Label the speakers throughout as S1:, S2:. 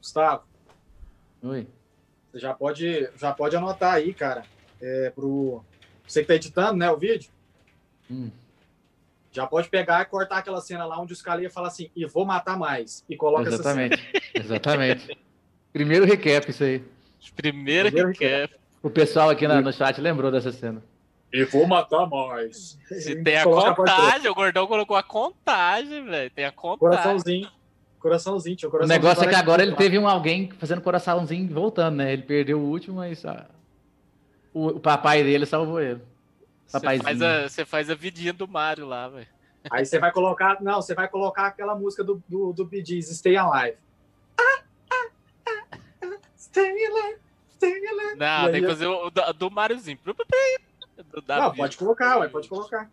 S1: Gustavo,
S2: Oi.
S1: você já pode, já pode anotar aí, cara. É, pro... Você que tá editando, né, o vídeo?
S2: Hum.
S1: Já pode pegar e cortar aquela cena lá onde os caras iam falar assim, e vou matar mais. E coloca
S2: Exatamente. Exatamente. Primeiro recap, isso aí.
S3: Primeiro
S1: Primeiro
S3: recap.
S2: O pessoal aqui na- no chat lembrou dessa cena.
S1: essa cena. E vou matar mais.
S3: Se
S1: E
S3: tem a
S1: coloca parte dois.
S3: contagem, o gordão colocou a contagem, velho. Tem a contagem.
S1: Coraçãozinho. Coraçãozinho, tio.
S2: O
S1: Coraçãozinho
S2: negócio é que
S1: parece
S2: agora
S3: tá.
S2: ele
S1: lá.
S2: teve um alguém fazendo coraçãozinho e voltando, né? Ele perdeu o último, mas ah, o, o papai dele salvou ele.
S3: Você
S2: Rapazinho.
S3: faz, a, você faz a vidinha do Mario lá, velho.
S1: Aí você vai colocar. Não, você vai colocar aquela música do, do, do Bee Gees, Stay Alive. Stay alive, stay alive. E
S3: Não,
S1: aí
S3: tem que
S1: eu-
S3: fazer o do, do Mariozinho. Do
S1: Não,
S3: Davi.
S1: pode colocar, ué, pode colocar.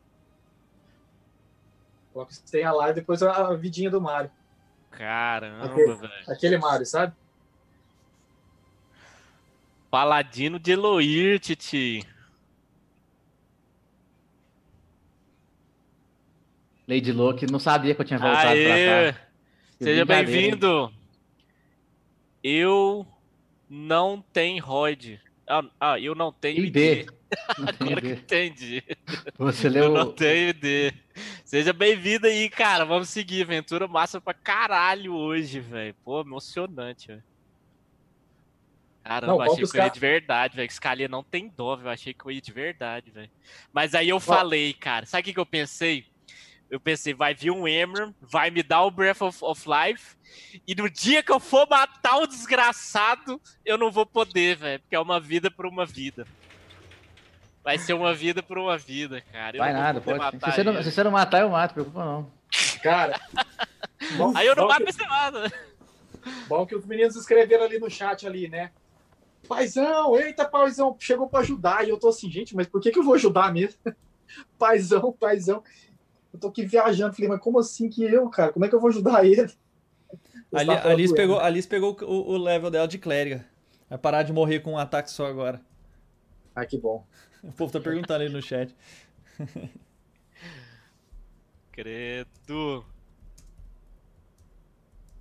S1: Coloca o Stay Alive, depois a a vidinha do Mario.
S3: Caramba,
S1: Aquele-
S3: velho.
S1: Aquele Mario, sabe?
S3: Paladino de Eloir, Titi.
S2: Lady Locke não sabia que eu tinha voltado pra cá.
S3: Aê!
S2: Que brincadeira,
S3: Seja
S2: hein?
S3: bem-vindo. Eu não tenho Royd. Ah, ah, eu não tenho
S2: ID.
S3: Agora que eu entendi.
S2: Você
S3: Eu
S2: leu.
S3: não tenho ID. Seja bem-vindo aí, cara. Vamos seguir. Aventura massa pra caralho hoje, velho. Pô, emocionante, velho. Caramba,
S1: Não, qual
S3: achei
S1: que os
S3: que eu ia
S1: ca-
S3: de verdade, velho. Que Scalia não tem dó, velho. Achei que eu ia de verdade, velho. Mas aí eu falei, cara. Sabe o que, que eu pensei? Eu pensei, vai vir um Emmer, vai me dar o Breath of, of Life, e no dia que eu for matar o desgraçado, eu não vou poder, velho. Porque é uma vida por uma vida. Vai ser uma vida por uma vida, cara. Eu
S2: Vai
S3: não vou
S2: nada,
S3: poder
S2: pode. Se
S3: matar
S2: você, não,
S3: ele.
S2: se você não matar, eu mato, preocupa não.
S1: Cara. bom-
S3: Aí eu não
S1: bom
S3: mato esse lado.
S1: que- Bom que os meninos escreveram ali no chat ali, né? Paizão, eita, paizão, chegou pra ajudar. E eu tô assim, gente, mas por que, que eu vou ajudar mesmo? paizão, paizão. Eu tô aqui viajando. Falei, mas como assim que eu, cara? Como é que eu vou ajudar ele?
S4: A Ali,
S1: Gustavo
S3: tá
S4: a Alice
S1: tava
S4: pegou, a Alice pegou o, o level dela de clériga. Vai parar de morrer com um ataque só agora.
S1: doendo. Ah, que bom.
S4: O povo tá perguntando aí no chat.
S3: Credo.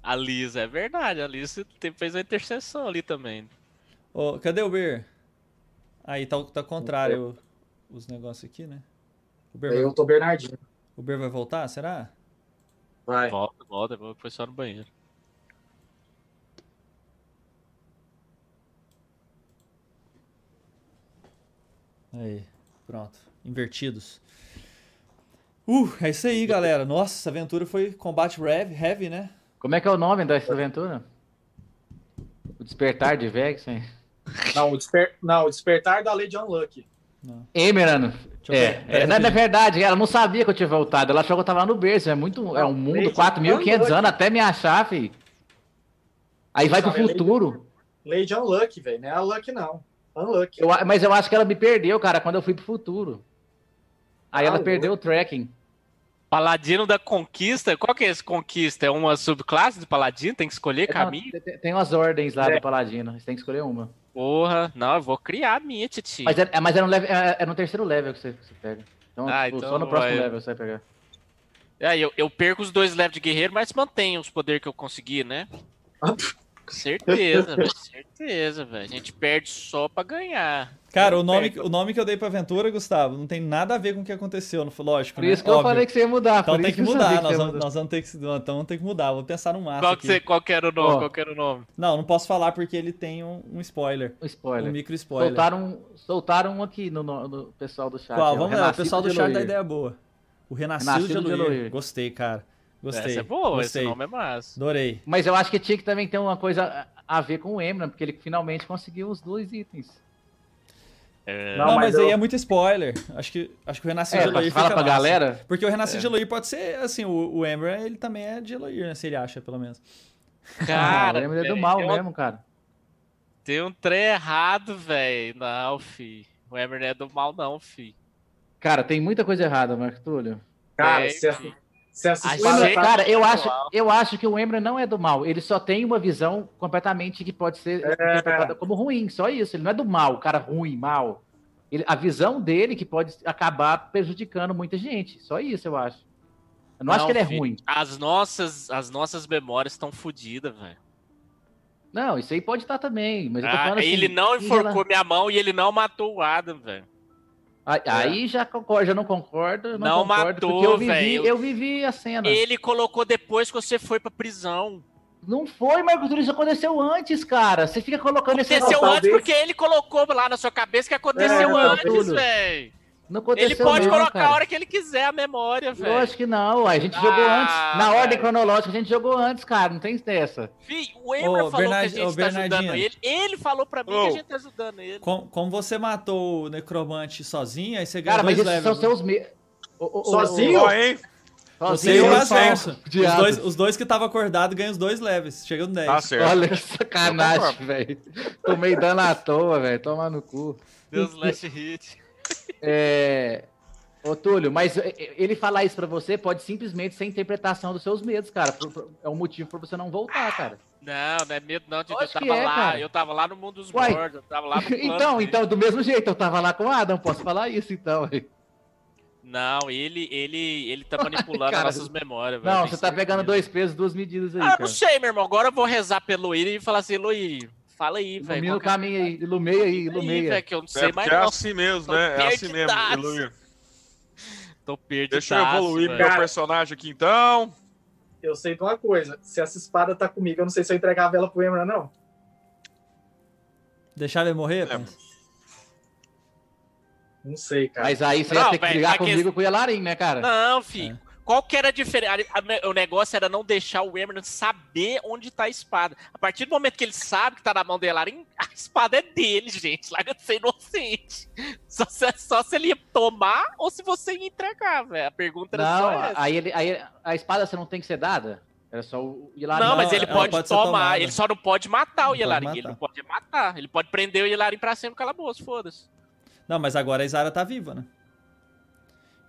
S3: A Liz, é verdade. A Liz te- fez uma intercessão ali também.
S4: Ô, cadê o Ber? Aí tá, o- tá o contrário o- os negócios aqui, né? O Ber, vai,
S1: Eu tô Bernardinho.
S4: o Ber vai voltar, será?
S1: Vai.
S3: Volta, volta. vou- Foi só no banheiro.
S4: Aí, pronto. Invertidos. Uh, é isso aí, galera. Nossa, essa aventura foi combate rev, heavy, né?
S2: Como é que é o nome dessa aventura? O Despertar de Vexen.
S1: Não, o, desper... não, o despertar da Lady Unlucky.
S2: Emeran.
S4: Deixa eu ver.
S2: É, é, na,
S4: Pera
S2: na
S4: rapidinho.
S2: verdade, ela não sabia que eu tinha voltado. Ela achou que eu tava lá no berço. É, muito, é um mundo,
S1: Lady
S2: 4.500 anos,
S1: Unlucky.
S2: até me achar, fi. Aí vai pro
S1: Sabe, Lady-
S2: futuro.
S1: Lady Unlucky, velho. Não é Unlucky, não. Unlucky.
S2: Eu a- mas eu acho que ela me perdeu, cara, quando eu fui pro futuro. Aí
S1: Ah,
S2: ela
S1: louco.
S2: perdeu o tracking.
S3: Paladino da Conquista? Qual que é esse Conquista? É uma subclasse do Paladino? Tem que
S2: É
S3: escolher caminho?
S2: Tem- tem- Tem umas ordens lá
S1: É.
S2: do Paladino. Você tem que escolher uma.
S3: Porra. Não, eu vou criar a minha, Titi.
S2: Mas era, é- mas era, um level, era, era no terceiro level que você, que você pega. Então,
S3: Ah,
S2: tipo,
S3: então
S2: só no próximo
S3: vai.
S2: level você vai pegar.
S3: É, eu, eu perco os dois levels de guerreiro, mas mantenho os poderes que eu consegui, né?
S1: Ah,
S3: Certeza, velho. Certeza, velho. A gente perde só pra ganhar.
S2: É,
S4: Cara, o nome, o nome que eu dei pra aventura, Gustavo, não tem nada a ver com o que aconteceu, não foi- lógico,
S2: Por
S4: né?
S2: isso que eu
S4: Óbvio.
S2: falei que você ia mudar.
S4: Então
S2: por
S4: tem
S2: isso
S4: que
S2: eu sabia
S4: mudar,
S2: você
S4: nós
S2: ia
S4: vamos,
S2: mudar.
S4: nós vamos ter que, então vamos ter que mudar, vou pensar no máximo
S3: Qual que,
S4: aqui.
S3: você, qual que era o nome?
S2: Ó.
S3: Qual que era o nome?
S4: Não, não posso falar porque ele tem um, um spoiler,
S2: Um spoiler. Então
S4: um micro spoiler.
S2: Soltaram, soltaram um aqui no, no- no pessoal do chat.
S4: Qual?
S2: tá, ó,
S4: Vamos lá, o
S2: Renascido
S4: pessoal do
S2: de
S4: chat da
S2: Eloir.
S4: ideia boa. O Renascido,
S2: Renascido
S4: de
S2: de
S4: Eloir.
S2: Eloir.
S4: Gostei, cara. Gostei.
S3: Essa é boa, esse
S4: Gostei.
S3: nome é massa.
S4: Adorei.
S2: Mas eu acho que tinha que também ter uma coisa a a ver com o Emran, porque ele finalmente conseguiu os dois itens.
S1: Não,
S4: Não,
S1: mas
S4: mas,
S1: eu-
S4: aí é muito spoiler. Acho que, acho que o Renascido
S2: É,
S4: de Eloir
S2: fala
S4: fica
S2: pra
S4: massa.
S2: galera.
S4: Porque o Renascido de Eloir pode ser, assim, o, o Ember, ele também é de Eloir, né? Se ele acha, pelo menos.
S2: ah, o Emran é do
S3: velho,
S2: mal
S3: tem um-
S2: mesmo, cara.
S3: Tem um trem errado, velho. Não, fi. O Emer não é do mal, não, fi.
S2: Cara, tem muita coisa errada, Marco Túlio.
S1: Cara,
S3: É,
S1: se essa, se essa tá
S3: Achei-
S2: O Emran-
S3: Sim.
S2: cara, eu
S3: Sim.
S2: acho, eu acho que o Emran não é do mal. Ele só tem uma visão completamente que pode ser interpretada como ruim. Só isso. Ele não é do mal, cara ruim, mal. Ele- a visão dele que pode acabar prejudicando muita gente. Só isso, eu acho. Eu não, acho que ele é
S3: fi.
S2: ruim.
S3: As nossas, as nossas memórias estão fodidas, velho.
S2: Não, isso aí pode estar também, mas eu tô
S3: Ah,
S2: falando assim,
S3: ele não
S2: em
S3: enforcou
S2: rela-
S3: minha mão e ele não matou o Adam, velho.
S2: Aí, aí já concordo, já não concordo, não,
S3: É. Não
S2: concordo,
S3: matou,
S2: porque eu vivi,
S3: velho.
S2: eu vivi a cena.
S3: Ele colocou depois que você foi pra prisão.
S2: Não foi, Marcos Túlio, isso aconteceu antes, cara. Você fica colocando esse
S3: Aconteceu
S1: Não,
S3: antes
S1: talvez-
S3: porque ele colocou lá na sua cabeça que aconteceu
S1: É,
S3: antes,
S2: Túlio.
S3: velho.
S2: Não aconteceu
S3: Ele pode
S2: não,
S3: colocar
S2: cara.
S3: a hora que ele quiser a memória, velho.
S2: Lógico que não, a gente
S3: Ah,
S2: jogou antes. Na ordem
S3: velho.
S2: cronológica, a gente jogou antes, cara. Não tem dessa.
S3: Fih, o Emra
S4: Ô,
S3: falou
S4: Bernard-
S3: que a
S4: ô,
S3: gente tá ajudando
S4: Bernardinho.
S3: ele. Ele falou pra mim que
S5: Ô.
S3: a gente tá ajudando ele.
S4: Com- Como, você matou o necromante sozinho, aí você ganhou
S2: Cara, mas
S4: dois
S2: esses são
S4: levels.
S2: seus me... Ô, ô, ô,
S1: Sozinho?
S5: Ó, hein?
S2: ô, Sozinho?
S4: Você e
S2: é um
S4: o
S5: Sozinho,
S4: Last Nelson. é Os
S2: Diabo.
S4: dois, os dois que estavam acordados ganham os dois levels. Chega no 10.
S5: Tá certo.
S2: Olha que sacanagem, velho. Tomei dano à toa, velho. Toma no cu.
S3: Deus last hit.
S2: É... Ô, Túlio, mas é, é, ele falar isso pra você pode simplesmente ser a interpretação dos seus medos, cara. Pro- pro- É um motivo pra você não
S3: Ah,
S2: voltar, cara.
S3: Não, não é medo não, Didi. Eu
S2: Lógico que
S3: tava
S2: é,
S3: lá,
S2: cara.
S3: eu tava lá no mundo dos
S2: Uai.
S3: mortos, eu tava lá no plano
S2: Então,
S3: dele.
S2: então, do mesmo jeito, eu tava lá com o Adam, posso falar isso, então.
S3: Não, ele, ele, ele tá manipulando
S2: cara.
S3: nossas memórias, velho.
S2: Não,
S3: Tem
S2: você tá
S3: certeza.
S2: pegando dois pesos, duas medidas aí,
S3: Ah,
S2: cara.
S3: não sei, meu irmão. Agora eu vou rezar pelo Luí e falar assim, Luí, fala aí, velho.
S2: Ilumina
S3: qual
S2: o
S3: que é a
S2: caminho aí, ilumeia aí,
S3: vida aí,
S2: ilumeia.
S3: velho, que eu não sei
S5: É,
S3: mais
S5: porque é
S3: não.
S5: assim mesmo,
S3: Tô
S5: né? É assim mesmo,
S3: perdidaço.
S5: Eluir.
S3: Tô perdido.
S5: Deixa eu evoluir meu
S1: Cara.
S5: personagem aqui então.
S1: Eu sei de uma coisa. Se essa espada tá comigo, eu não sei se eu entregava ela pro Emra, não.
S4: Deixar ele morrer?
S5: É.
S4: pensa.
S1: Não sei, cara.
S2: Mas aí você ia
S3: Não,
S2: ter que
S3: velho,
S2: brigar
S3: a que-
S2: comigo com o Yelarin, né, cara?
S3: Não, filho. Qual que era a diferença? A- a- O negócio era não deixar o Emerald saber onde tá a espada. A partir do momento que ele sabe que tá na mão dela, a espada é dele, gente. Larga de ser inocente. Só se, só se ele ia tomar ou se você ia entregar, velho. A pergunta era
S2: Não,
S3: só essa.
S2: aí, ele, aí a espada você não tem que ser dada? Era só o Yelarin.
S3: não,
S4: não,
S3: mas ele
S4: ela
S3: pode,
S4: pode ser
S3: tomar,
S4: tomada.
S3: ele só não pode matar
S4: Não
S3: o
S4: pode
S3: Yelarin.
S4: matar.
S3: Ele não pode matar. Ele pode prender o Yelarin pra sempre no calabouço, foda-se.
S4: Não, mas agora a Isara tá viva, né?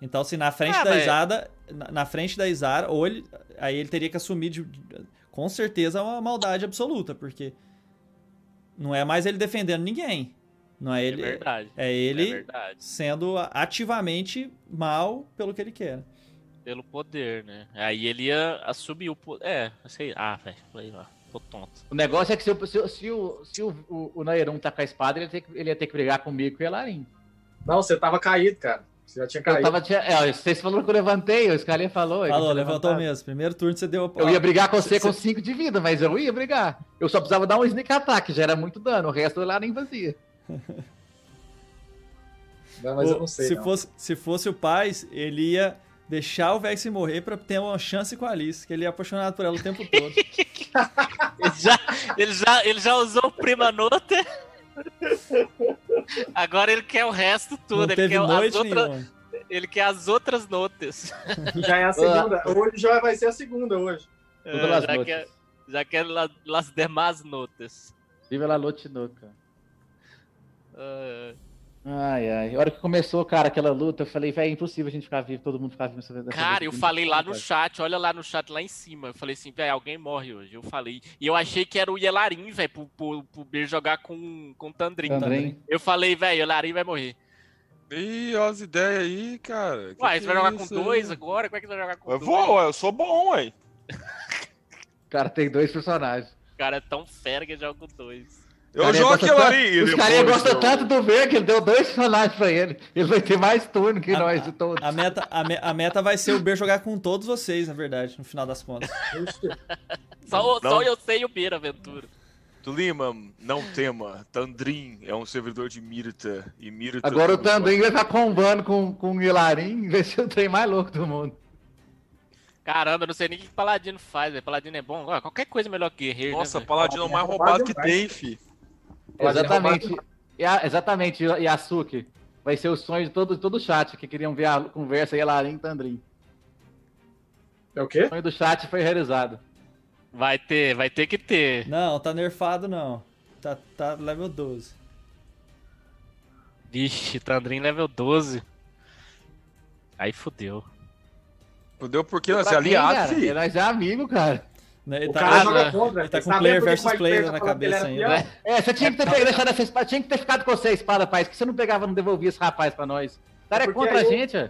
S4: Então, se na frente
S3: Ah,
S4: da
S3: mas-
S4: Isara, na, na frente da Isara, ou ele, aí ele teria que assumir de- de- com certeza uma maldade absoluta, porque não é mais ele defendendo ninguém. Não é
S3: É
S4: ele, é,
S3: verdade. É
S4: ele
S3: verdade.
S4: sendo ativamente mal pelo que ele quer.
S3: Pelo poder, né? Aí ele ia assumir o poder. É, eu sei. Ah, velho. Falei, ó, tô tonto.
S2: O negócio é que se, o- se, o- se o, se o, o, o Nairun tá com a espada, ele ia ter que, ele ia ter que brigar comigo com o Yelarin.
S1: Não, você tava caído, cara. Você já tinha
S2: Eu
S1: caído.
S2: tava, tinha- é, ó, vocês falaram que eu levantei, o Scalia falou. eu
S4: Falou,
S2: tinha
S4: levantou
S2: levantado.
S4: mesmo. Primeiro turno você deu a
S2: Eu ia brigar com você
S4: Cê-
S2: com 5 de vida, mas eu ia brigar. Eu só precisava dar um sneak attack, já era muito dano. O resto lá nem fazia.
S1: Não, mas
S4: Ou,
S1: eu não sei.
S4: Se,
S1: não.
S4: Fosse, se fosse o Paz, ele ia deixar o Vex morrer pra ter uma chance com a Alice, que ele é apaixonado por ela o tempo todo.
S3: Ele já, ele já, ele já usou o Prima Nota. Agora ele quer o resto
S4: não
S3: tudo. Ele
S4: teve
S3: quer, as
S4: noite
S3: outras,
S4: nenhuma.
S3: ele quer as outras notas.
S1: Já
S4: Ah.
S1: é a segunda. Hoje já vai ser a segunda hoje.
S2: Tudo las
S3: É, já,
S2: notas.
S3: quer, já quer la- las demais notas.
S2: Viva la noite louca.
S3: Ah,
S2: Ai, ai. A hora que começou, cara, aquela luta, eu falei, velho, é impossível a gente ficar vivo, todo mundo ficar vivo nessa nessa luta.
S3: cara, eu falei lá no chat, olha lá no chat lá em cima. Eu falei assim, velho, alguém morre hoje. Eu falei. E eu achei que era o Yelarin, velho, pro, pro, pro Beer jogar com, com o Tandrin. tá
S2: Também.
S3: Eu falei, velho, o Yelarin vai morrer.
S5: Ih, olha as ideias aí, cara. Que
S3: Uai,
S5: que
S3: você vai jogar
S5: é
S3: com
S5: isso aí?
S3: dois agora? Como é que você vai jogar com
S5: Eu
S3: dois?
S5: vou, ué, eu sou bom, ué.
S2: Cara, tem dois personagens.
S3: O cara é tão fera que joga com dois.
S5: Eu
S2: Cara,
S5: jogo
S2: gosta
S5: aquilo
S2: tanto-
S5: ali. e
S2: Os caras
S5: depois
S2: gostam
S5: eu-
S2: tanto do ver que ele deu dois personagens pra ele. Ele vai ter mais turno que
S4: A-
S2: nós de todos.
S4: A meta, a, me- a meta vai ser o Ber jogar com todos vocês, na verdade, no final das contas.
S3: Só, o-
S5: Não.
S3: só eu sei o Beira Aventura.
S5: Tulima, não tema. Tandrin é um servidor de Mirta. E Mirta.
S2: Agora o Tandrinho vai estar combando com, com o Ilarim, vai ser o trem mais louco do mundo.
S3: Caramba, eu não sei nem o que Paladino faz, velho. Paladino é bom. Ó, qualquer coisa é melhor que
S2: tá-
S3: guerreiro.
S5: Nossa,
S3: né,
S5: Paladino é o mais roubado que tem, fi.
S1: Paladino
S2: Exatamente. E a- exatamente, e Yasuki. Vai ser o sonho de todo, todo o chat que queriam ver a conversa e Larim e Tandrin.
S1: É o
S2: O
S1: quê?
S2: sonho do chat foi realizado.
S3: velho? Vai ter, vai ter que ter.
S4: Não, tá nerfado não. Tá, tá level 12.
S3: Vixe, Tandrin level 12. Aí fodeu.
S5: Entendeu? Porque nós é
S2: Pra quem,
S5: aliado,
S2: cara?
S5: fi.
S2: Nós é amigo, cara.
S4: Né, ele
S1: O
S4: tá-
S1: cara
S3: Ah,
S1: joga
S3: né?
S1: contra.
S4: Ele tá
S1: você
S4: com
S1: sabe
S4: player
S1: por que o
S4: versus
S1: Mike
S4: player
S1: Persa
S4: na
S1: falou que ele
S4: cabeça
S1: era
S4: ainda,
S1: fiel?
S2: É, você tinha que ter pegado, deixado essa espada, tinha que ter ficado com você a espada, rapaz. Por que você não pegava, não devolvia esse rapaz pra nós? O cara é
S1: Porque
S2: contra a
S1: aí eu-
S2: gente, ó.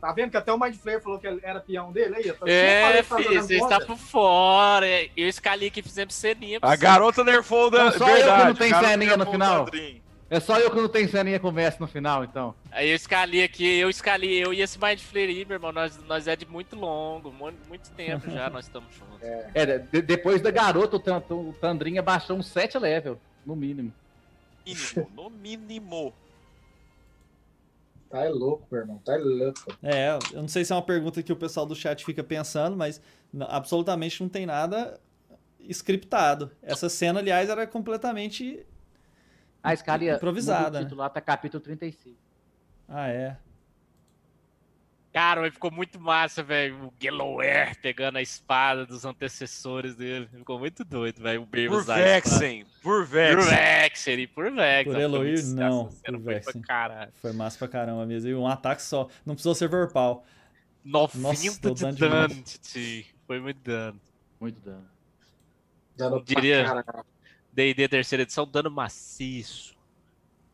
S1: Tá vendo que até o Mind Flayer falou que era peão dele aí? Eu tô-
S3: É,
S1: eu falei que tá tava
S3: filho,
S1: dando
S3: você
S1: onda.
S4: tá
S3: está por fora. Eu escalei aqui, fizemos ceninha. pra
S5: A
S3: você.
S5: garota nerfou da
S2: Então, só eu que
S5: verdade.
S2: não tem
S5: garota
S2: ceninha no
S5: nerfou
S2: final.
S5: da Dream.
S2: É só eu que não tenho ceninha conversa no final, então.
S3: Aí eu escalei aqui, eu escalei, eu e esse Mind Flayer aí, meu irmão, nós, nós é de muito longo, mu- muito tempo já, nós estamos juntos.
S2: É, de- depois da garota, o, Tan- o Tandrinha baixou uns 7 level, no mínimo.
S5: Mínimo, no mínimo.
S1: Tá é louco, meu irmão. Tá é louco.
S4: É, eu não sei se é uma pergunta que o pessoal do chat fica pensando, mas n- absolutamente não tem nada scriptado. Essa cena, aliás, era completamente.
S2: A escala
S4: Improvisada,
S2: O título lá tá capítulo 35.
S4: Ah, é.
S3: Cara, mas ficou muito massa, velho. O Geloer pegando a espada dos antecessores dele. Ficou muito doido, velho. O Beavis
S5: Por
S3: usar a espada.
S5: Vexen. Por
S3: Por
S5: Vexen.
S3: Vexen, e por Vexen.
S4: Por
S3: Foi
S4: Eloir,
S3: muito sucesso,
S4: não,
S3: essa cena foi
S4: por
S3: pra
S4: Vexen.
S3: Caralho.
S4: Foi massa pra caramba mesmo. E um ataque só. Não precisou ser verbal.
S3: 90
S4: tô dando
S3: de dano,
S4: demais.
S3: Titi. Foi muito dano.
S2: Muito dano.
S1: Dando pra
S3: Diria.
S1: caralho.
S3: D&D terceira edição, dano maciço.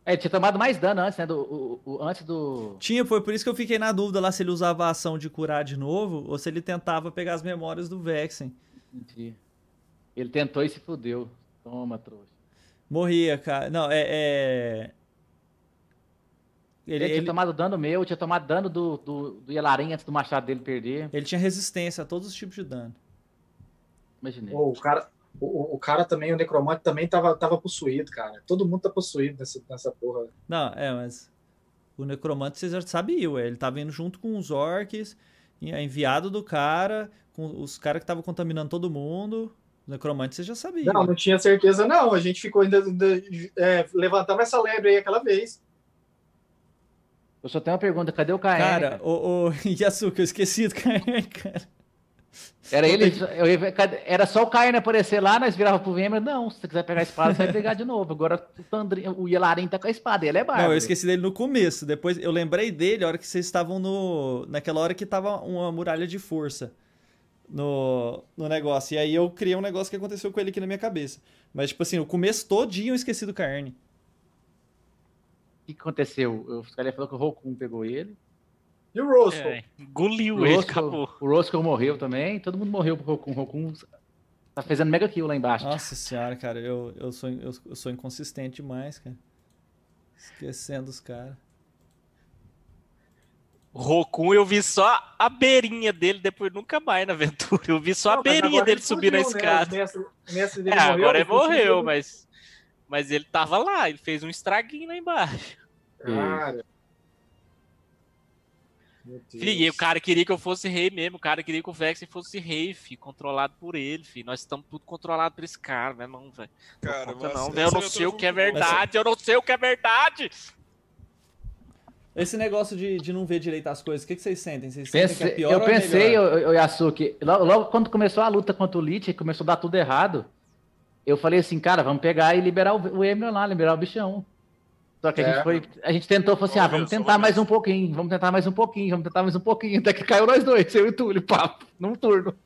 S2: É, tinha tomado mais dano antes, né? Do, o- o- antes do.
S4: Tinha, foi por isso que eu fiquei na dúvida lá se ele usava a ação de curar de novo ou se ele tentava pegar as memórias do Vexen.
S2: de- Ele tentou e se fudeu. Toma, trouxa.
S4: Morria, cara. Não, é. é...
S2: Ele,
S4: Ele,
S2: tinha
S4: ele,
S2: tomado dano meu, tinha tomado dano do, do, do Yelarin antes do machado dele perder.
S4: ele tinha resistência a todos os tipos de dano.
S2: Imaginei.
S1: Pô, o cara. O, o- o cara também, o necromante também tava, tava possuído, cara. Todo mundo tá possuído nessa, nessa porra.
S4: Não, é, mas o necromante vocês já sabiam, ué, ele tava indo junto com os orcs, e- é enviado do cara, com os caras que estavam contaminando todo mundo. O necromante vocês já sabiam.
S1: Não, não tinha certeza, não. A gente ficou ainda. ainda é, levantava essa lebre aí aquela vez.
S2: Eu só tenho uma pergunta: cadê o KM?
S4: Cara, o, o Yasuka, eu esqueci do Kaen, cara.
S2: Era ele. eu ia- cadê- era só o Caio aparecer lá, nós virava pro Vembra. Não, se você quiser pegar a espada, você vai pegar de novo. Agora o, Tandrin, o Yelarin tá com a espada, ele é bárbaro.
S4: Não, eu esqueci dele no começo. Depois eu lembrei dele a hora que vocês estavam no. Naquela hora que tava uma muralha de força no, no negócio. E aí eu criei um negócio que aconteceu com ele aqui na minha cabeça. Mas, tipo assim, o começo todinho eu esqueci do Kaern.
S2: O que que aconteceu? O Scalia falou que o Rokun pegou ele.
S1: E o Roscoe?
S3: É, engoliu
S2: O
S3: ele,
S2: Roscoe,
S3: acabou.
S2: o Roscoe morreu também. Todo mundo morreu pro Rokun. O Rokun tá fazendo mega kill lá embaixo.
S4: Nossa senhora, cara, eu, eu, sou, eu, eu sou inconsistente demais, cara. Esquecendo os caras.
S3: Rokun, eu vi só a beirinha dele, depois nunca mais na aventura. Eu vi só
S1: Não,
S3: a
S1: mas
S3: beirinha
S1: agora
S3: dele
S1: ele
S3: subir na
S1: fugiu, né?
S3: escada.
S1: O mestre- o mestre
S3: É,
S1: dele morreu,
S3: agora ele
S1: fugiu. né?
S3: morreu, mas. Mas ele tava lá, ele fez um estraguinho lá embaixo.
S1: Cara. Meu Deus.
S3: Fih, e o cara queria que eu fosse rei mesmo, o cara queria que o Vexen fosse rei, fi, controlado por ele, fi. Nós estamos tudo controlado por esse cara, né, não, velho?
S6: Cara,
S3: Conta
S6: mas
S3: Não,
S6: essa-
S3: velho, eu não
S6: essa
S3: sei o que é
S6: pergunta-
S3: verdade, eu não sei o que é verdade.
S4: Esse negócio de, de não ver direito as coisas, o que, que vocês sentem? Vocês sentem
S2: Pense-
S4: que é pior
S2: eu
S4: ou é
S2: pensei,
S4: melhor?
S2: ô- ô, Yasuki, logo, logo quando começou a luta contra o Lich, começou a dar tudo errado. Eu falei assim, cara, vamos pegar e liberar o, o Emil lá, liberar o bichão. Só que a
S1: É.
S2: gente foi. A gente tentou, falou assim:
S5: Vamos
S2: ah, vamos
S5: ver,
S2: tentar
S5: vamos
S2: mais
S5: ver.
S2: um pouquinho, vamos tentar mais um pouquinho, vamos tentar mais um pouquinho. Até que caiu nós dois, eu e o Túlio, papo, num turno.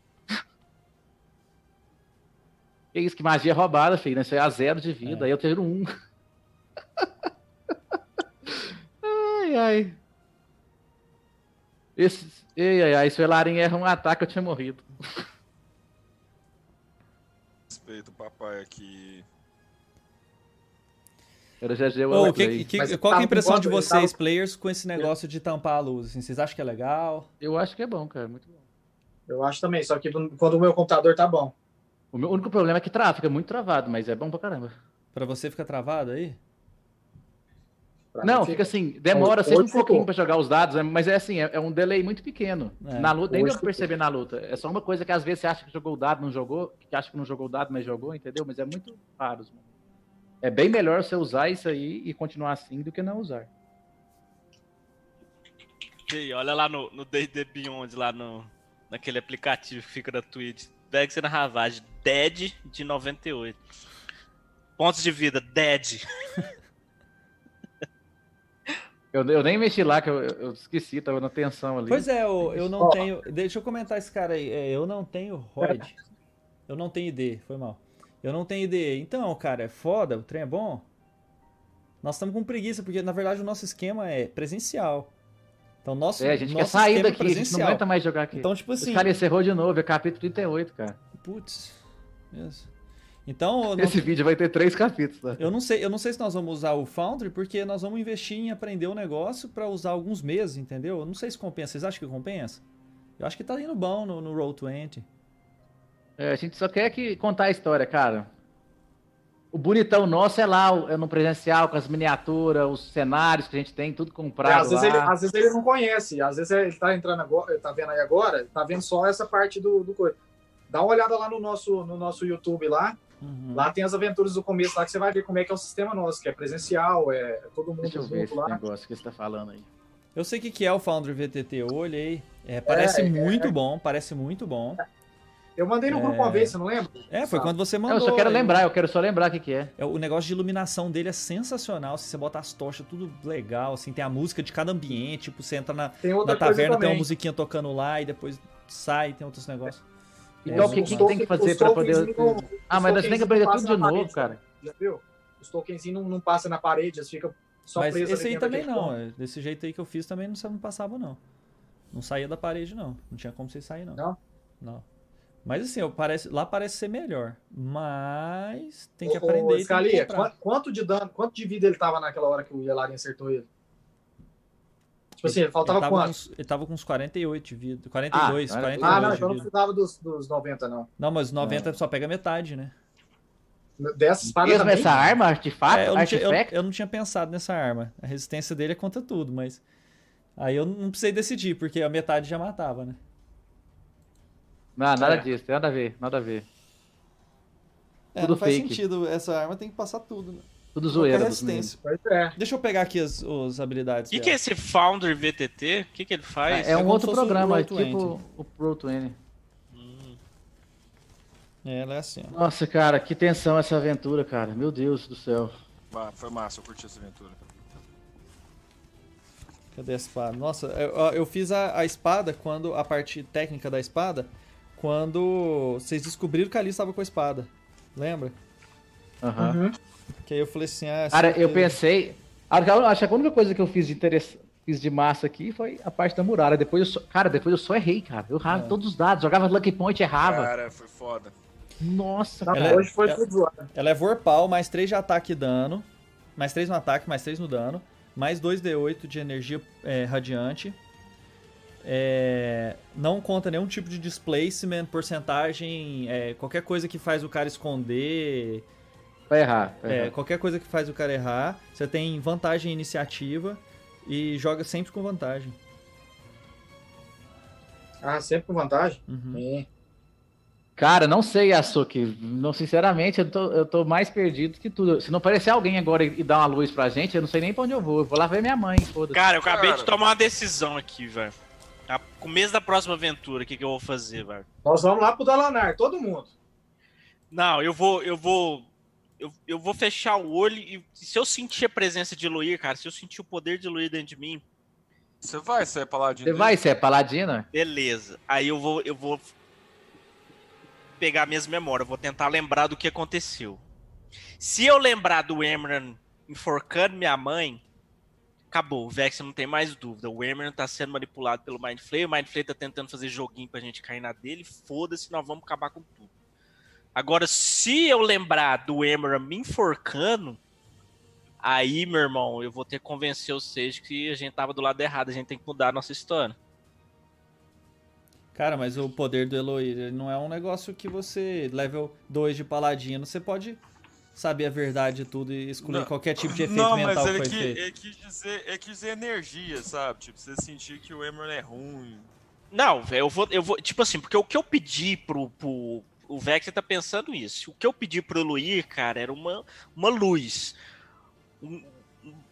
S2: Que isso, que magia roubada, filho, né? Isso é a zero de vida,
S4: É.
S2: aí eu tiro um. ai, ai. Esse, ei, ai, ai, se o Elarin erra um ataque, eu tinha morrido.
S6: Respeito o papai aqui.
S2: Era GG
S4: Ô,
S2: o
S4: o que,
S2: que...
S4: que-
S1: Mas ele
S4: qual que é
S1: tava
S4: a impressão
S1: com
S4: de
S1: bota, ele
S4: vocês,
S1: tava-
S4: players, com esse negócio de tampar a luz? assim? vocês acham que é legal?
S2: Eu acho que é bom, cara, muito bom.
S1: Eu acho também, só que quando o meu computador tá bom.
S2: O meu único problema é que trava, fica muito travado, mas é bom pra caramba.
S4: Pra você ficar travado aí?
S1: Pra
S2: Não,
S1: mim
S2: fica assim, demora
S1: Hoje
S2: sempre um
S1: ficou.
S2: pouquinho pra jogar os dados, né, mas é assim, é, é um delay muito pequeno.
S4: É,
S2: na luta, nem
S1: hoje
S2: deu pra perceber na luta. É só uma coisa que às vezes você acha que jogou o dado, não jogou, que acha que não jogou o dado, mas jogou, entendeu? Mas é muito raro. os momentos. É bem melhor você usar isso aí e continuar assim do que não usar.
S3: Fih, olha lá no no D&D Beyond, lá no, naquele aplicativo que fica da Twitch. Vexen na Ravage, Dead de 98. Pontos de vida, Dead.
S2: Eu, eu nem mexi lá, que eu, eu esqueci, tava na tensão ali.
S4: Pois é, eu, eu não
S1: Ó.
S4: tenho. Deixa eu comentar esse cara aí. É, eu não tenho ROID. Eu não tenho ID, foi mal. Eu não tenho ID. Então, cara, é foda, o trem é bom. Nós estamos com preguiça, porque na verdade o nosso esquema é presencial. Então, nosso,
S2: É, a gente
S4: nosso
S2: quer sair
S4: esquema
S2: daqui, a gente não
S4: presencial.
S2: aguenta mais jogar aqui.
S4: Então, tipo
S2: Os
S4: assim,
S2: caras encerrou de novo, é capítulo 38, cara.
S4: putz. Yes. Então, eu não-
S2: Esse vídeo vai ter três capítulos. né?
S4: eu não sei, eu não sei se nós vamos usar o Foundry, porque nós vamos investir em aprender o negócio pra usar alguns meses, entendeu? Eu não sei se compensa. Vocês acham que compensa? Eu acho que tá indo bom no, no Roll 20.
S2: É, a gente só quer que contar a história, cara. O bonitão nosso é lá, o- é no presencial, com as miniaturas, os cenários que a gente tem, tudo comprado.
S1: É, às, vezes
S2: lá.
S1: ele, às vezes ele não conhece, às vezes ele tá entrando agora, tá vendo aí agora, tá vendo só essa parte do, do coisa. Dá uma olhada lá no nosso, no nosso YouTube lá.
S4: Uhum.
S1: Lá tem as aventuras do começo lá que você vai ver como é que é o sistema nosso, que é presencial, é todo mundo
S2: Deixa eu ver
S1: junto
S2: esse
S1: lá.
S2: negócio que você tá falando aí.
S4: Eu sei o que, que é o Foundry VTT, eu olhei. É, parece muito bom, parece muito bom.
S1: Eu mandei no grupo uma vez, você não lembra?
S4: É, foi
S2: Ah,
S1: Sabe.
S4: quando você
S2: Não,
S4: mandou.
S2: eu só quero
S4: aí.
S2: lembrar, eu quero só lembrar o que, que é.
S4: É, O negócio de iluminação dele é sensacional. Se você bota as tochas, tudo legal, assim, tem a música de cada ambiente, tipo, você entra na,
S1: Tem
S4: na
S1: outra coisa
S4: taverna, tem um uma
S1: também.
S4: musiquinha tocando lá e depois sai, tem outros negócios. É
S2: Então,
S4: os-
S2: o que,
S4: os
S2: que tem que
S1: tokens-
S2: fazer
S1: os
S2: pra
S1: tokens
S2: poder.
S1: não-
S2: Ah, mas você tem que
S1: tokens
S2: aprender
S1: não
S2: tudo de
S1: passam na
S2: novo,
S1: parede.
S2: cara.
S1: Já viu? Os tokenzinhos não, não passam na parede, eles ficam só
S4: Mas
S1: presos
S4: esse
S1: ali
S4: aí
S1: dentro
S4: também
S1: daquele
S4: não.
S1: ponto.
S4: é, Desse jeito aí que eu fiz também não, sa- não passava, não. Não saía da parede, não. Não tinha como vocês sair, não.
S1: Não?
S4: Não. Mas assim, eu parece, lá parece ser melhor. Mas tem que
S1: Ô, ô,
S4: aprender. e tem que
S1: Scalia,
S4: comprar.
S1: qua- quanto de dano, quanto de vida ele tava naquela hora que o Yelarin acertou ele? Tipo assim, ele faltava
S4: ele tava
S1: quanto?
S4: com uns- ele tava com uns 48 de vida. 42,
S2: Ah, não era-
S4: 42
S1: Ah, não,
S4: um de
S1: então não É.
S4: vida.
S1: precisava dos, dos 90, não.
S4: Não, mas 90 só pega metade, né?
S1: Dessa espada
S2: Mesmo
S1: também?
S2: essa arma,
S1: Ah,
S2: artefato,
S4: É, eu, não tinha, eu-
S2: artefact,
S4: eu não tinha pensado nessa arma. A resistência dele é contra tudo, mas. Aí eu não precisei decidir, porque a metade já matava, né?
S2: Não, nada
S1: É.
S2: disso, tem nada a ver, nada a ver.
S7: É,
S2: Tudo
S7: não faz
S2: fake.
S7: sentido. Essa arma tem que passar tudo, né?
S2: Tudo
S7: Qualquer
S2: zoeira dos meninos.
S7: resistência.
S1: Pois é.
S4: Deixa eu pegar aqui as, os
S3: O
S4: habilidades.
S3: que, que é
S4: dela.
S3: esse Founder VTT? O que, que ele faz?
S2: É
S4: como
S2: um
S4: se
S2: outro
S4: fosse um
S2: programa,
S4: Roll
S2: é tipo
S4: 20.
S2: o Pro 20.
S4: É, Ela é assim, ó.
S2: Nossa, cara, que tensão essa aventura, cara. Meu Deus do céu.
S6: Ah, foi massa, eu curti essa aventura.
S4: Cadê a espada? Nossa, eu, ó, eu fiz a, a espada quando. A parte técnica da espada. Quando vocês descobriram que a Alice estava com a espada. Lembra?
S2: Aham.
S4: Que aí eu falei assim, ah.
S2: Cara, eu
S4: certeza.
S2: pensei. a- eu Acho que a única coisa que eu fiz de interesse, fiz de massa aqui foi a parte da muralha. Depois eu só- cara, depois eu só errei, cara. Eu errava
S4: É.
S2: todos os dados, jogava Lucky Point,
S4: Ah,
S2: errava.
S6: Cara, foi foda.
S2: Nossa,
S1: Não,
S2: cara.
S4: Ela é-
S1: hoje foi
S4: ela-
S1: tudo zoado.
S4: Ela é Vorpal, mais 3 de ataque e dano. Mais 3 no ataque, mais 3 no dano. Mais 2d8 de energia é, radiante. É, não conta nenhum tipo de displacement, porcentagem, é, qualquer coisa que faz o cara esconder,
S2: Vai errar. vai
S4: é,
S2: errar.
S4: qualquer coisa que faz o cara errar. Você tem vantagem em iniciativa e joga sempre com vantagem.
S1: Ah, sempre com vantagem?
S4: Uhum.
S1: É.
S2: Cara, não sei, Asuki. Não, sinceramente, eu tô, eu tô mais perdido que tudo. Se não aparecer alguém agora e e dar uma luz pra gente, eu não sei nem pra onde eu vou. Eu vou lá ver minha mãe, foda-se.
S3: Cara, eu acabei
S6: Cara.
S3: de tomar uma decisão aqui, velho. A- Começo da próxima aventura, o que, que eu vou fazer, velho?
S1: Nós vamos lá pro Dalanar, todo mundo.
S3: Não, eu vou. Eu vou. Eu, eu vou fechar o olho e se eu sentir a presença de Luir, cara, se eu sentir o poder de Luir dentro de mim,
S6: Você vai, você é paladino.
S2: Você vai, você é paladina?
S3: beleza. Aí eu vou. Eu vou pegar minhas memórias, eu vou tentar lembrar do que aconteceu. Se eu lembrar do Emran enforcando minha mãe, acabou. O Vex não tem mais dúvida. O Emran tá sendo manipulado pelo Mind Flayer. O Mind Flayer tá tentando fazer joguinho pra gente cair na dele. Foda-se, nós vamos acabar com tudo. Agora, se eu lembrar do Emran me enforcando, aí, meu irmão, eu vou ter que convencer vocês que a gente tava do lado errado. A gente tem que mudar a nossa história.
S4: Cara, mas o poder do Eloir ele não é um negócio que você, level 2 de paladino, você pode saber a verdade de tudo e excluir
S6: Não.
S4: qualquer tipo de efeito
S6: Não, mas
S4: mental que
S6: ele,
S4: foi
S6: que,
S4: feito.
S6: ele quis dizer, ele quis dizer energia, sabe? Tipo, você sentir que o Emerald é ruim.
S3: Não, velho, eu vou, eu vou. Tipo assim, porque o que eu pedi pro. pro o Vex tá pensando isso. O que eu pedi pro Luir, cara, era uma, uma luz. Um-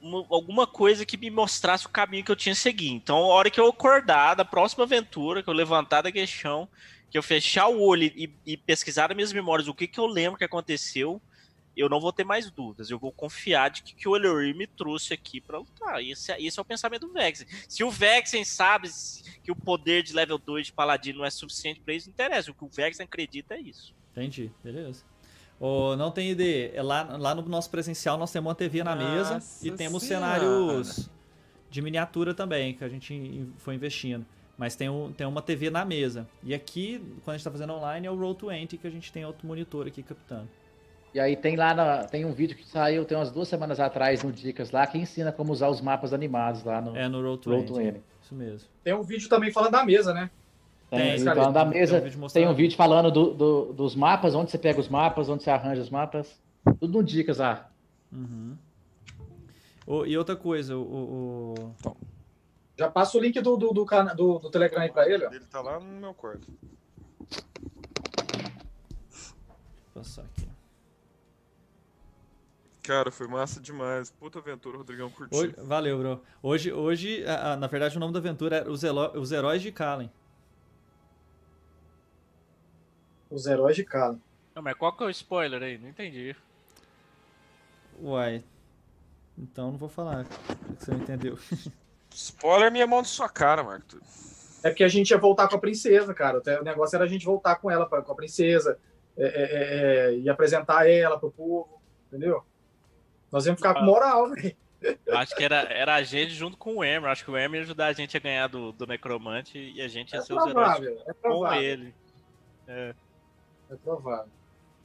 S3: uma- alguma coisa que me mostrasse o caminho que eu tinha que seguir. Então, a hora que eu acordar, da próxima aventura, que eu levantar daquele chão, que eu fechar o olho e, e pesquisar nas minhas memórias o que, que eu lembro que aconteceu, eu não vou ter mais dúvidas. Eu vou confiar de que, que o Eloir me trouxe aqui pra lutar. Esse, é- esse é o pensamento do Vex. Se o Vexen sabe que o poder de level 2 de paladino não é suficiente pra isso, não interessa. O que o Vexen acredita é isso.
S4: Entendi, beleza. Ô, não tem ideia. É lá, lá no nosso presencial nós temos uma TV na mesa
S6: Nossa
S4: e temos
S6: Senhora.
S4: cenários de miniatura também, que a gente in- foi investindo. Mas tem, um, tem uma TV na mesa. E aqui, quando a gente tá fazendo online, é o Roll 20 que a gente tem outro monitor aqui captando.
S2: E aí tem lá, na- tem um vídeo que saiu, tem umas duas semanas atrás, no Dicas lá, que ensina como usar os mapas animados lá no
S4: É no Roll
S2: Roll
S4: 20.
S2: to N.
S4: Isso mesmo.
S1: Tem um vídeo também falando da mesa, né?
S2: Tem,
S4: Tem,
S2: tem falando da mesa,
S4: vídeo
S2: tem
S4: mostrando.
S2: um vídeo falando do- do- dos mapas, onde você pega os mapas, onde você arranja os mapas. Tudo no Dicas ah. lá.
S4: Uhum. Ô, e outra coisa, o- o- o,
S1: Já passa o link do, do, do, cana- do- do Telegram aí pra ele, ó.
S6: Ele tá lá no meu quarto.
S4: passar aqui.
S6: Cara, foi massa demais. Puta aventura, Rodrigão curtiu.
S4: Hoje- valeu, bro. Hoje, hoje a- a- na verdade, o nome da aventura era Os, Elo- Os Heróis de Kalen.
S1: Os heróis de casa.
S3: Não, mas qual que é o spoiler aí? Não entendi.
S4: Uai. Então não vou falar, que você não entendeu.
S6: Spoiler minha mão de sua cara, Marco.
S1: É porque a gente ia voltar com a princesa, cara. Até O negócio era a gente voltar com ela, pra- com a princesa, é, é, é, é, e apresentar ela pro povo, entendeu? Nós íamos ficar com moral, velho.
S3: Eu acho que era, era a gente junto com o Emer. Acho que o Emer ia ajudar a gente a ganhar do, do Necromante e a gente
S1: É
S3: ia ser os heróis
S1: provável, é
S3: com
S1: provável.
S3: ele.
S1: É provável.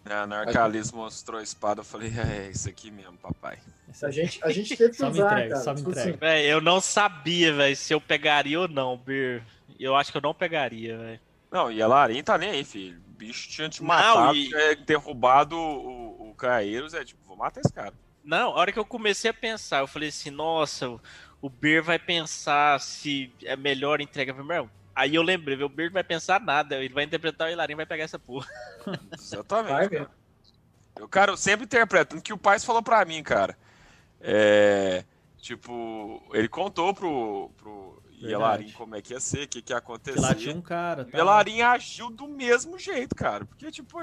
S6: Ah, na hora que a Alice mostrou a espada, eu falei, é isso aqui mesmo, papai.
S1: A gente, a gente teve que
S4: Só me
S1: usar,
S4: entrega,
S1: cara.
S4: só me
S1: Tipo
S4: entrega.
S1: assim,
S3: Véi, eu não sabia, velho, se eu pegaria ou não, Bir. Eu acho que eu não pegaria, velho.
S6: Não, e a Larim tá nem aí, filho. O bicho tinha te
S3: Não,
S6: matado,
S3: e-
S6: tinha derrubado o, o Caeiros, é tipo, vou matar esse cara.
S3: Não, a hora que eu comecei a pensar, eu falei assim, nossa, o- o Bir vai pensar se é melhor entrega pro meu. Aí eu lembrei, o Bir não vai pensar nada, ele vai interpretar o Hilarim vai pegar essa porra.
S6: Exatamente.
S1: Vai
S6: cara. Eu, cara, eu sempre interpreto. tanto que o Paz falou pra mim, cara. É. Tipo, ele contou pro, pro
S4: Verdade.
S6: Yelarin como é que ia ser, o que, que ia
S4: Que lá
S6: acontecer.
S4: tinha um cara.
S6: O
S4: tá?
S6: Yelarin agiu do mesmo jeito, cara. Porque, tipo,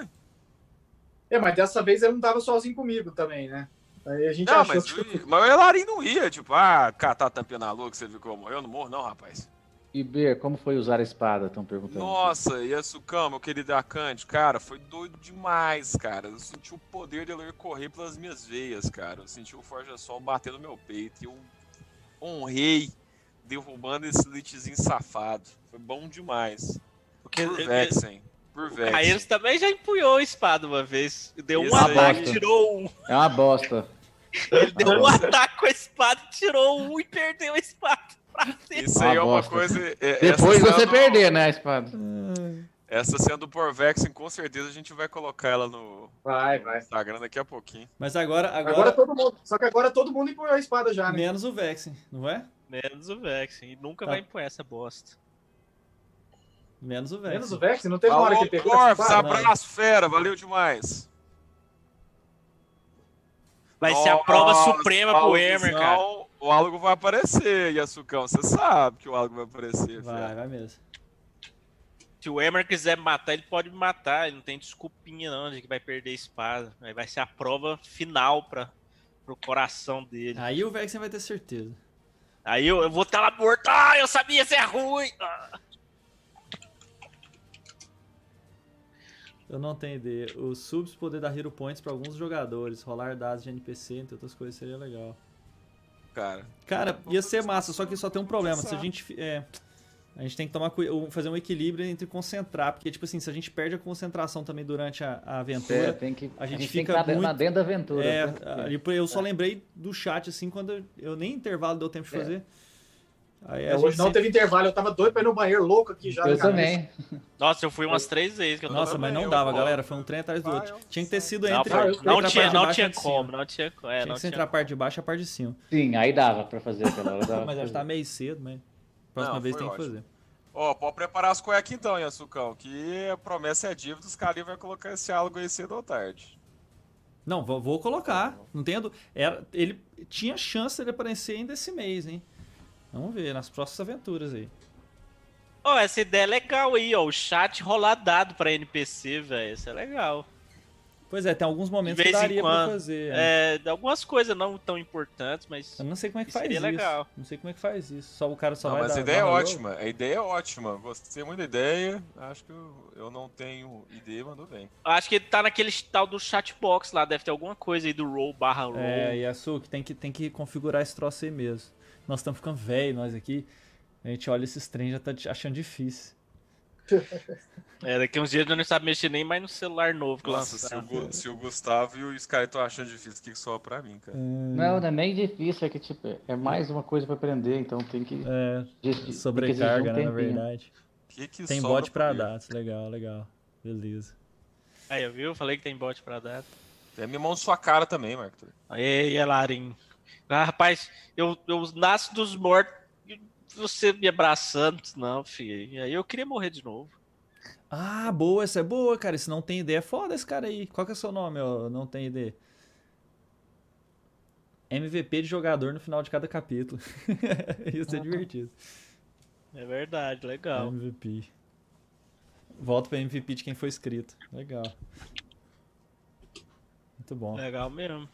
S1: É, mas dessa vez ele não tava sozinho comigo também, né? Aí a gente
S6: não,
S1: achou
S6: mas,
S1: que.
S6: o- mas o Yelarin não ia, tipo, ah, catar a tampinha na lua que você viu que eu morro. Eu não morro, não, rapaz.
S2: E Ber, como foi usar a espada? Estão perguntando.
S6: Nossa, Yasukama, meu querido Akante, cara, foi doido demais, cara. Eu senti o poder de Elohim correr pelas minhas veias, cara. Eu senti o Forja Sol bater no meu peito e eu honrei derrubando esse Lichzinho safado. Foi bom demais.
S3: Porque
S6: Por
S3: eu-
S6: Vexen, por Vexen.
S3: Aí eles também já empunhou a espada uma vez. Deu um
S6: Isso aí.
S3: ataque, tirou um.
S2: É uma bosta.
S3: Ele deu um ataque com a espada, tirou um e perdeu a espada. pra sempre.
S6: Isso aí
S2: Uma
S6: é uma
S2: bosta.
S6: coisa... é-
S2: Depois
S6: essa
S2: você
S6: sendo-
S2: perder, né, a espada?
S6: Essa sendo por Vexen, com certeza a gente vai colocar ela no
S1: Vai, vai.
S6: Instagram daqui a pouquinho.
S4: Mas agora,
S1: Agora
S4: agora,
S1: todo mundo. Só que agora todo mundo empunhou a espada já, né?
S4: menos o Vexen, não é?
S3: Menos o Vexen. E nunca
S4: Tá.
S3: vai empunhar essa bosta.
S4: Menos o Vexen.
S1: Menos o Vex, não teve uma hora que
S6: Alô,
S1: ele pegou a
S6: Corvus,
S1: espada.
S4: sabe?
S6: abraço, fera, valeu demais.
S3: Vai ser a prova suprema pro Emer,
S6: Alugão,
S3: cara.
S6: O Alugo vai aparecer, Yasucão. Você sabe que o Alugo vai aparecer.
S4: Vai,
S6: Vai.
S4: vai mesmo.
S3: Se o Emer quiser me matar, ele pode me matar. Ele não tem desculpinha, não, de que vai perder a espada. Aí vai ser a prova final pra, pro coração dele.
S4: Aí o Vexen vai ter certeza.
S3: Aí eu, eu vou estar lá morto. Ah, eu sabia, você é ruim! Ah.
S4: Eu não tenho ideia. Os subs poder dar hero points pra alguns jogadores, rolar dados de NPC, entre outras coisas, seria legal.
S6: Cara.
S4: Cara, ia ser massa, só que só tem um problema. Se a gente. fi- é, a gente tem que tomar cui- um- fazer um equilíbrio entre concentrar, porque, tipo assim, se a gente perde a concentração também durante a, a
S2: É,
S4: aventura.
S2: tem que,
S4: A
S2: a
S4: gente
S2: gente,
S4: fica
S2: tem que estar
S4: muito-
S2: na dentro da aventura.
S4: É,
S2: né?
S4: ali, por- eu só lembrei do chat, assim, quando eu, eu nem intervalo deu tempo de
S2: É.
S4: fazer. Aí a
S1: É,
S4: gente
S1: hoje não
S4: sempre-
S1: teve intervalo, eu tava doido pra ir no banheiro louco aqui já.
S2: eu
S1: cara.
S2: também.
S3: Nossa, eu fui umas três vezes que eu
S4: Nossa,
S3: tava-
S4: mas não
S6: eu
S4: dava,
S6: vou.
S4: galera. Foi um trem atrás do outro. Tinha que ter sido
S3: Não,
S4: entre.
S1: foi-
S4: entre
S3: não tinha,
S4: a parte de
S3: não
S4: baixo e a
S3: tinha
S4: de
S3: como,
S4: cima.
S3: não tinha como. É,
S4: Tinha
S3: não
S4: que
S3: tinha
S4: ser entre a parte de baixo e a parte de cima.
S2: Sim, aí dava pra fazer aquela hora. Dava
S4: Mas
S2: pra
S4: acho que tá
S2: fazer.
S4: meio cedo, mas. Próxima
S6: Não,
S4: vez
S6: foi
S4: tem que
S6: ótimo.
S4: fazer.
S6: Ó, pode preparar as cuecas então, Yasucão. Que a promessa é dívida, os caras vão colocar esse Alugo aí cedo ou tarde.
S4: Não, vou, vou colocar. Não entendo. Era, ele tinha chance de aparecer ainda esse mês, hein? Vamos ver, nas próximas aventuras aí.
S3: Ó, essa ideia é legal aí, ó. O chat rolar dado pra NPC, velho. Isso é legal.
S4: Pois é, tem alguns momentos
S3: vez
S4: que
S3: em
S4: daria pra
S3: quando.
S4: fazer. né?
S3: É, algumas coisas não tão importantes, mas.
S4: Eu não sei como é que
S3: Isso
S4: faz
S3: seria
S4: isso.
S3: legal.
S4: Não sei como é que faz isso. Só o cara só
S6: Não,
S4: vai
S6: mas
S4: dar-
S6: a ideia é
S4: dar valor.
S6: ótima. A ideia é ótima. Gostei muito da ideia. Acho que eu, eu não tenho ideia, mandou bem.
S3: Acho que ele tá naquele tal do chatbox lá, deve ter alguma coisa aí do roll barra roll.
S4: É, Yasuki, tem que, tem que configurar esse troço aí mesmo. Nós estamos ficando velho, nós aqui. A gente olha esses trem já tá di- achando difícil.
S3: É, daqui uns dias eu não sabe mexer nem mais no celular novo que
S6: Nossa, se o,
S3: lançaram.
S6: Gu- se o Gustavo e o Sky estão achando difícil, o que que sobra pra mim, cara?
S4: Hum,
S2: Não, não é nem difícil, é que tipo, é mais uma coisa pra aprender, então tem que.
S4: É,
S2: tem que exigir um
S4: sobrecarga, né, na
S2: tempinho.
S4: verdade.
S6: O que que
S4: Tem
S6: sobra
S4: bot pra
S6: mim?
S4: dados, legal, legal. Beleza.
S3: Aí, viu? Eu Falei que tem bot pra dar.
S6: Tem a minha mão na sua cara também, Marco. Túlio.
S3: Aí, Elarim. Ah, rapaz, eu, eu nasço dos mortos e você me abraçando. Não, filho. Aí eu queria morrer de novo.
S4: Ah, boa, essa é boa, cara. Esse não tem ideia é foda esse cara aí. Qual que é o seu nome, ó? Não tem ideia. MVP de jogador no final de cada capítulo.
S2: Ah.
S4: Isso é divertido.
S3: É verdade, legal.
S4: MVP. Volto pra MVP de quem foi escrito. Legal. Muito bom.
S3: Legal mesmo.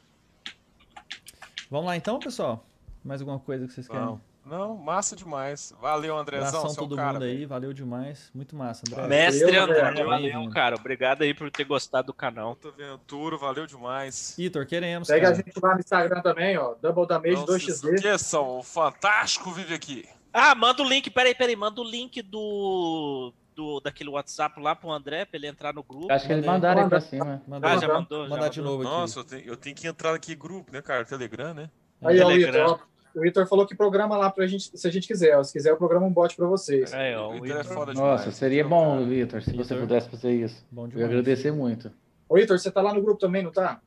S4: Vamos lá então, pessoal? Mais alguma coisa que vocês querem?
S6: Não. Não, massa demais. Valeu, Andrezão,
S4: Abração
S6: seu
S4: todo
S6: cara.
S4: mundo
S6: velho.
S4: aí, valeu demais. Muito massa, André.
S3: Mestre
S1: valeu,
S3: André,
S4: velho.
S3: valeu, cara. Obrigado aí por ter gostado do canal.
S6: Puta aventura, valeu demais.
S4: Itor, queremos.
S1: Segue a
S4: cara.
S1: gente lá no Instagram também, ó. Double
S2: um
S1: Damage
S6: Não se
S1: 2xd.
S6: esqueçam, o Fantástico vive aqui.
S3: Ah, manda o link, peraí, peraí, manda o link do, do daquele WhatsApp lá pro André pra ele entrar no grupo.
S2: Acho que eles mandaram aí pra cima.
S4: Mandar,
S3: Ah, já mandou, já
S4: mandar de
S3: mandou.
S4: novo aqui.
S6: Nossa, eu tenho, eu tenho que entrar naquele grupo, né, cara? Telegram, né?
S1: Aí, ó, o
S3: Telegram.
S1: Vitor. ó. O Vitor falou que programa lá pra gente, se a gente quiser. ó. Se quiser, eu programo um bot pra vocês.
S3: É, ó,
S6: o
S3: o
S6: Inter é
S3: Igor-
S6: foda demais.
S2: Nossa, seria bom, Vitor, se você
S4: Vitor.
S2: pudesse fazer isso.
S4: Bom
S2: Eu ia
S4: demais.
S2: agradecer muito.
S1: Ô, Vitor, você tá lá no grupo também, não tá?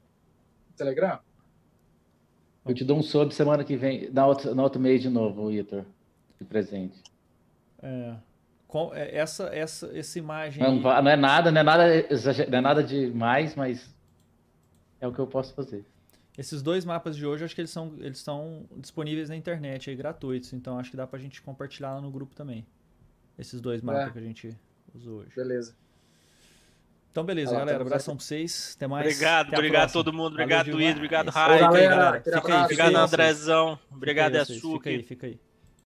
S1: No Telegram?
S2: Eu te dou um sub semana que vem, na outra, na outra mês de novo, Vitor. De presente.
S4: É. Com- é, essa, essa, essa imagem.
S2: Não,
S4: aí-
S2: va- não é nada, não é nada, exager- não é nada demais, mas é o que eu posso fazer.
S4: Esses dois mapas de hoje, acho que eles são, eles são disponíveis na internet aí, gratuitos. Então acho que dá pra gente compartilhar lá no grupo também. Esses dois mapas
S1: É.
S4: que a gente usou hoje.
S1: Beleza.
S4: Então, beleza,
S1: Vai lá,
S4: galera.
S1: tamo
S4: Abração pra vocês. Até mais.
S3: Obrigado,
S4: Até a
S3: obrigado a
S4: próxima.
S3: todo mundo.
S4: Valeu
S3: Obrigado,
S4: demais.
S3: Ido. Obrigado,
S4: Fica
S3: Raio.
S4: aí,
S1: Valeu,
S4: galera.
S1: aquele
S4: Fica aí,
S1: abraço.
S4: fica aí
S3: Obrigado,
S4: vocês.
S3: Andrezão.
S4: Fica aí
S3: Obrigado, é
S4: vocês, Fica aí,
S3: Açúcar.
S4: fica aí.